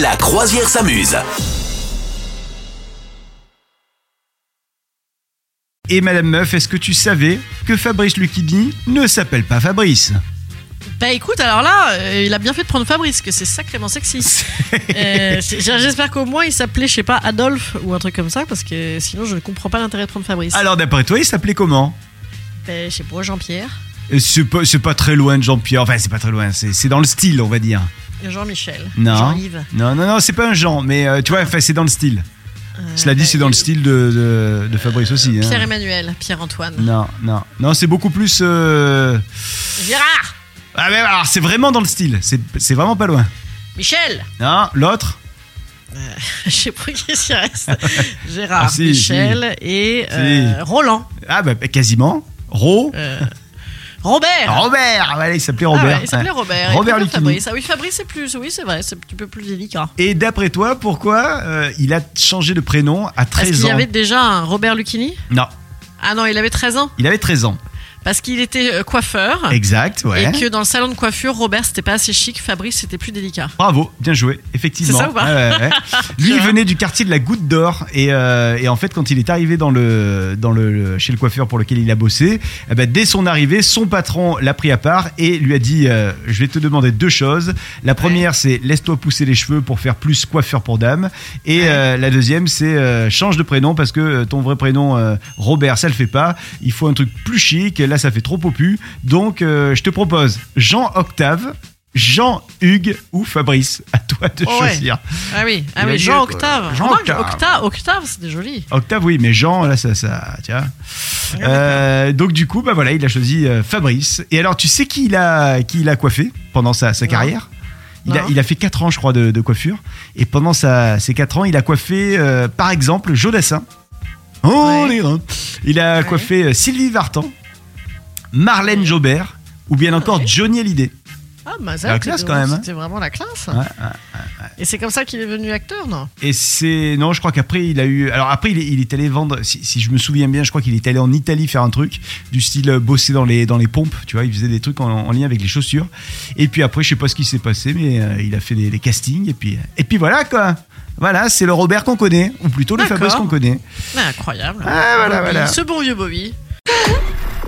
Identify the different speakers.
Speaker 1: La croisière s'amuse.
Speaker 2: Et Madame Meuf, est-ce que tu savais que Fabrice Lucchini ne s'appelle pas Fabrice
Speaker 3: Bah écoute, alors là, euh, il a bien fait de prendre Fabrice, que c'est sacrément sexy. Euh, c'est- J'espère qu'au moins il s'appelait, je sais pas, Adolphe ou un truc comme ça, parce que sinon je ne comprends pas l'intérêt de prendre Fabrice.
Speaker 2: Alors d'après toi, il s'appelait comment
Speaker 3: Ben, je sais pas, Jean-Pierre,
Speaker 2: Euh, C'est pas, c'est pas très loin de Jean-Pierre. Enfin, c'est pas très loin. C'est c'est dans le style, on va dire.
Speaker 3: Jean-Michel,
Speaker 2: Non.
Speaker 3: Jean-Yves.
Speaker 2: Non, non, non, c'est pas un Jean, mais euh, tu vois, enfin, c'est dans le style.
Speaker 3: euh,
Speaker 2: Cela dit,
Speaker 3: ben,
Speaker 2: c'est dans le style de, de- de Fabrice aussi. hein. Mm.
Speaker 3: Pierre-Emmanuel, Pierre-Antoine.
Speaker 2: Non, non, non, c'est beaucoup plus. euh,
Speaker 3: Gérard,
Speaker 2: Ah, mais alors, c'est vraiment dans le style. C'est c'est vraiment pas loin.
Speaker 3: Michel,
Speaker 2: Non, l'autre
Speaker 3: je sais pas qu'est-ce qui reste. Gérard,
Speaker 2: Ah, si,
Speaker 3: Michel et euh, Roland.
Speaker 2: Ah, bah, quasiment. Ro.
Speaker 3: Euh, Robert.
Speaker 2: Robert Voilà, il s'appelait
Speaker 3: Ah ouais,
Speaker 2: Ah, Robert.
Speaker 3: il s'appelait
Speaker 2: Ouais.
Speaker 3: Robert. et
Speaker 2: Robert
Speaker 3: pas
Speaker 2: Lucchini.
Speaker 3: Fabrice. Ah oui, Fabrice, c'est plus. Oui, c'est vrai, c'est un petit peu plus délicat.
Speaker 2: Et d'après toi, pourquoi euh, il a changé de prénom à
Speaker 3: Est-ce
Speaker 2: 13
Speaker 3: qu'il
Speaker 2: ans
Speaker 3: y avait déjà un Robert Lucchini
Speaker 2: Non,
Speaker 3: Ah non, il avait 13 ans.
Speaker 2: il avait 13 ans.
Speaker 3: Parce qu'il était euh, coiffeur.
Speaker 2: Exact, ouais.
Speaker 3: Et que dans le salon de coiffure, Robert, c'était pas assez chic. Fabrice, c'était plus délicat.
Speaker 2: Bravo, bien joué, effectivement.
Speaker 3: C'est ça ou pas
Speaker 2: Ouais, ouais, ouais. Lui, il
Speaker 3: Tiens.
Speaker 2: venait du quartier de la Goutte d'Or et, euh, et en fait, quand il est arrivé dans le, dans le, le- chez le coiffeur pour lequel il a bossé, eh ben, dès son arrivée, son patron l'a pris à part et lui a dit euh, Je vais te demander deux choses. La première, c'est laisse-toi pousser les cheveux pour faire plus coiffeur pour dame. Et
Speaker 3: Ouais.
Speaker 2: euh, la deuxième, c'est euh, change de prénom parce que euh, ton vrai prénom, euh, Robert, ça le fait pas. Il faut un truc plus chic. Là, ça fait trop popu. Donc, euh, je te propose Jean-Octave. Jean-Hugues ou Fabrice, à toi de
Speaker 3: Oh ouais.
Speaker 2: choisir.
Speaker 3: Ah oui, ah
Speaker 2: Il a
Speaker 3: oui
Speaker 2: dit,
Speaker 3: Jean
Speaker 2: euh,
Speaker 3: Octave.
Speaker 2: Jean
Speaker 3: Remarque,
Speaker 2: Octave.
Speaker 3: Octave, Octave, c'était joli.
Speaker 2: Octave, oui, mais Jean, là, ça, ça, tu vois. Euh, donc du coup, bah voilà, il a choisi euh, Fabrice. Et alors, tu sais qui il a, qui il a coiffé pendant sa, sa
Speaker 3: Non.
Speaker 2: carrière il a,
Speaker 3: Non.
Speaker 2: il a fait 4 ans, je crois, de, de coiffure. Et pendant sa- ces 4 ans, il a coiffé, euh, par exemple, Jodassin. Oh,
Speaker 3: Ouais.
Speaker 2: les reins. Il a
Speaker 3: Ouais.
Speaker 2: coiffé euh, Sylvie Vartan, Marlène Jobert, ou bien encore
Speaker 3: ouais.
Speaker 2: Johnny Hallyday.
Speaker 3: Ah, bah
Speaker 2: La
Speaker 3: ça, c'était-
Speaker 2: classe, quand même, hein.
Speaker 3: C'était vraiment la classe.
Speaker 2: ouais,
Speaker 3: Et c'est comme ça qu'il est devenu acteur, non
Speaker 2: Et c'est non, je crois qu'après il a eu. Alors après il est, il est allé vendre. Si, si je me souviens bien, je crois qu'il est allé en Italie faire un truc du style euh, bosser dans les dans les pompes. Tu vois, il faisait des trucs en, en lien avec les chaussures. Et puis après, je sais pas ce qui s'est passé, mais euh, il a fait des, des castings. Et puis et puis voilà quoi. Voilà, c'est le Robert qu'on connaît, ou plutôt le
Speaker 3: D'accord.
Speaker 2: Fabrice qu'on connaît.
Speaker 3: Mais Incroyable.
Speaker 2: Ah, voilà,
Speaker 3: Bobby,
Speaker 2: voilà.
Speaker 3: Ce bon vieux Bobby.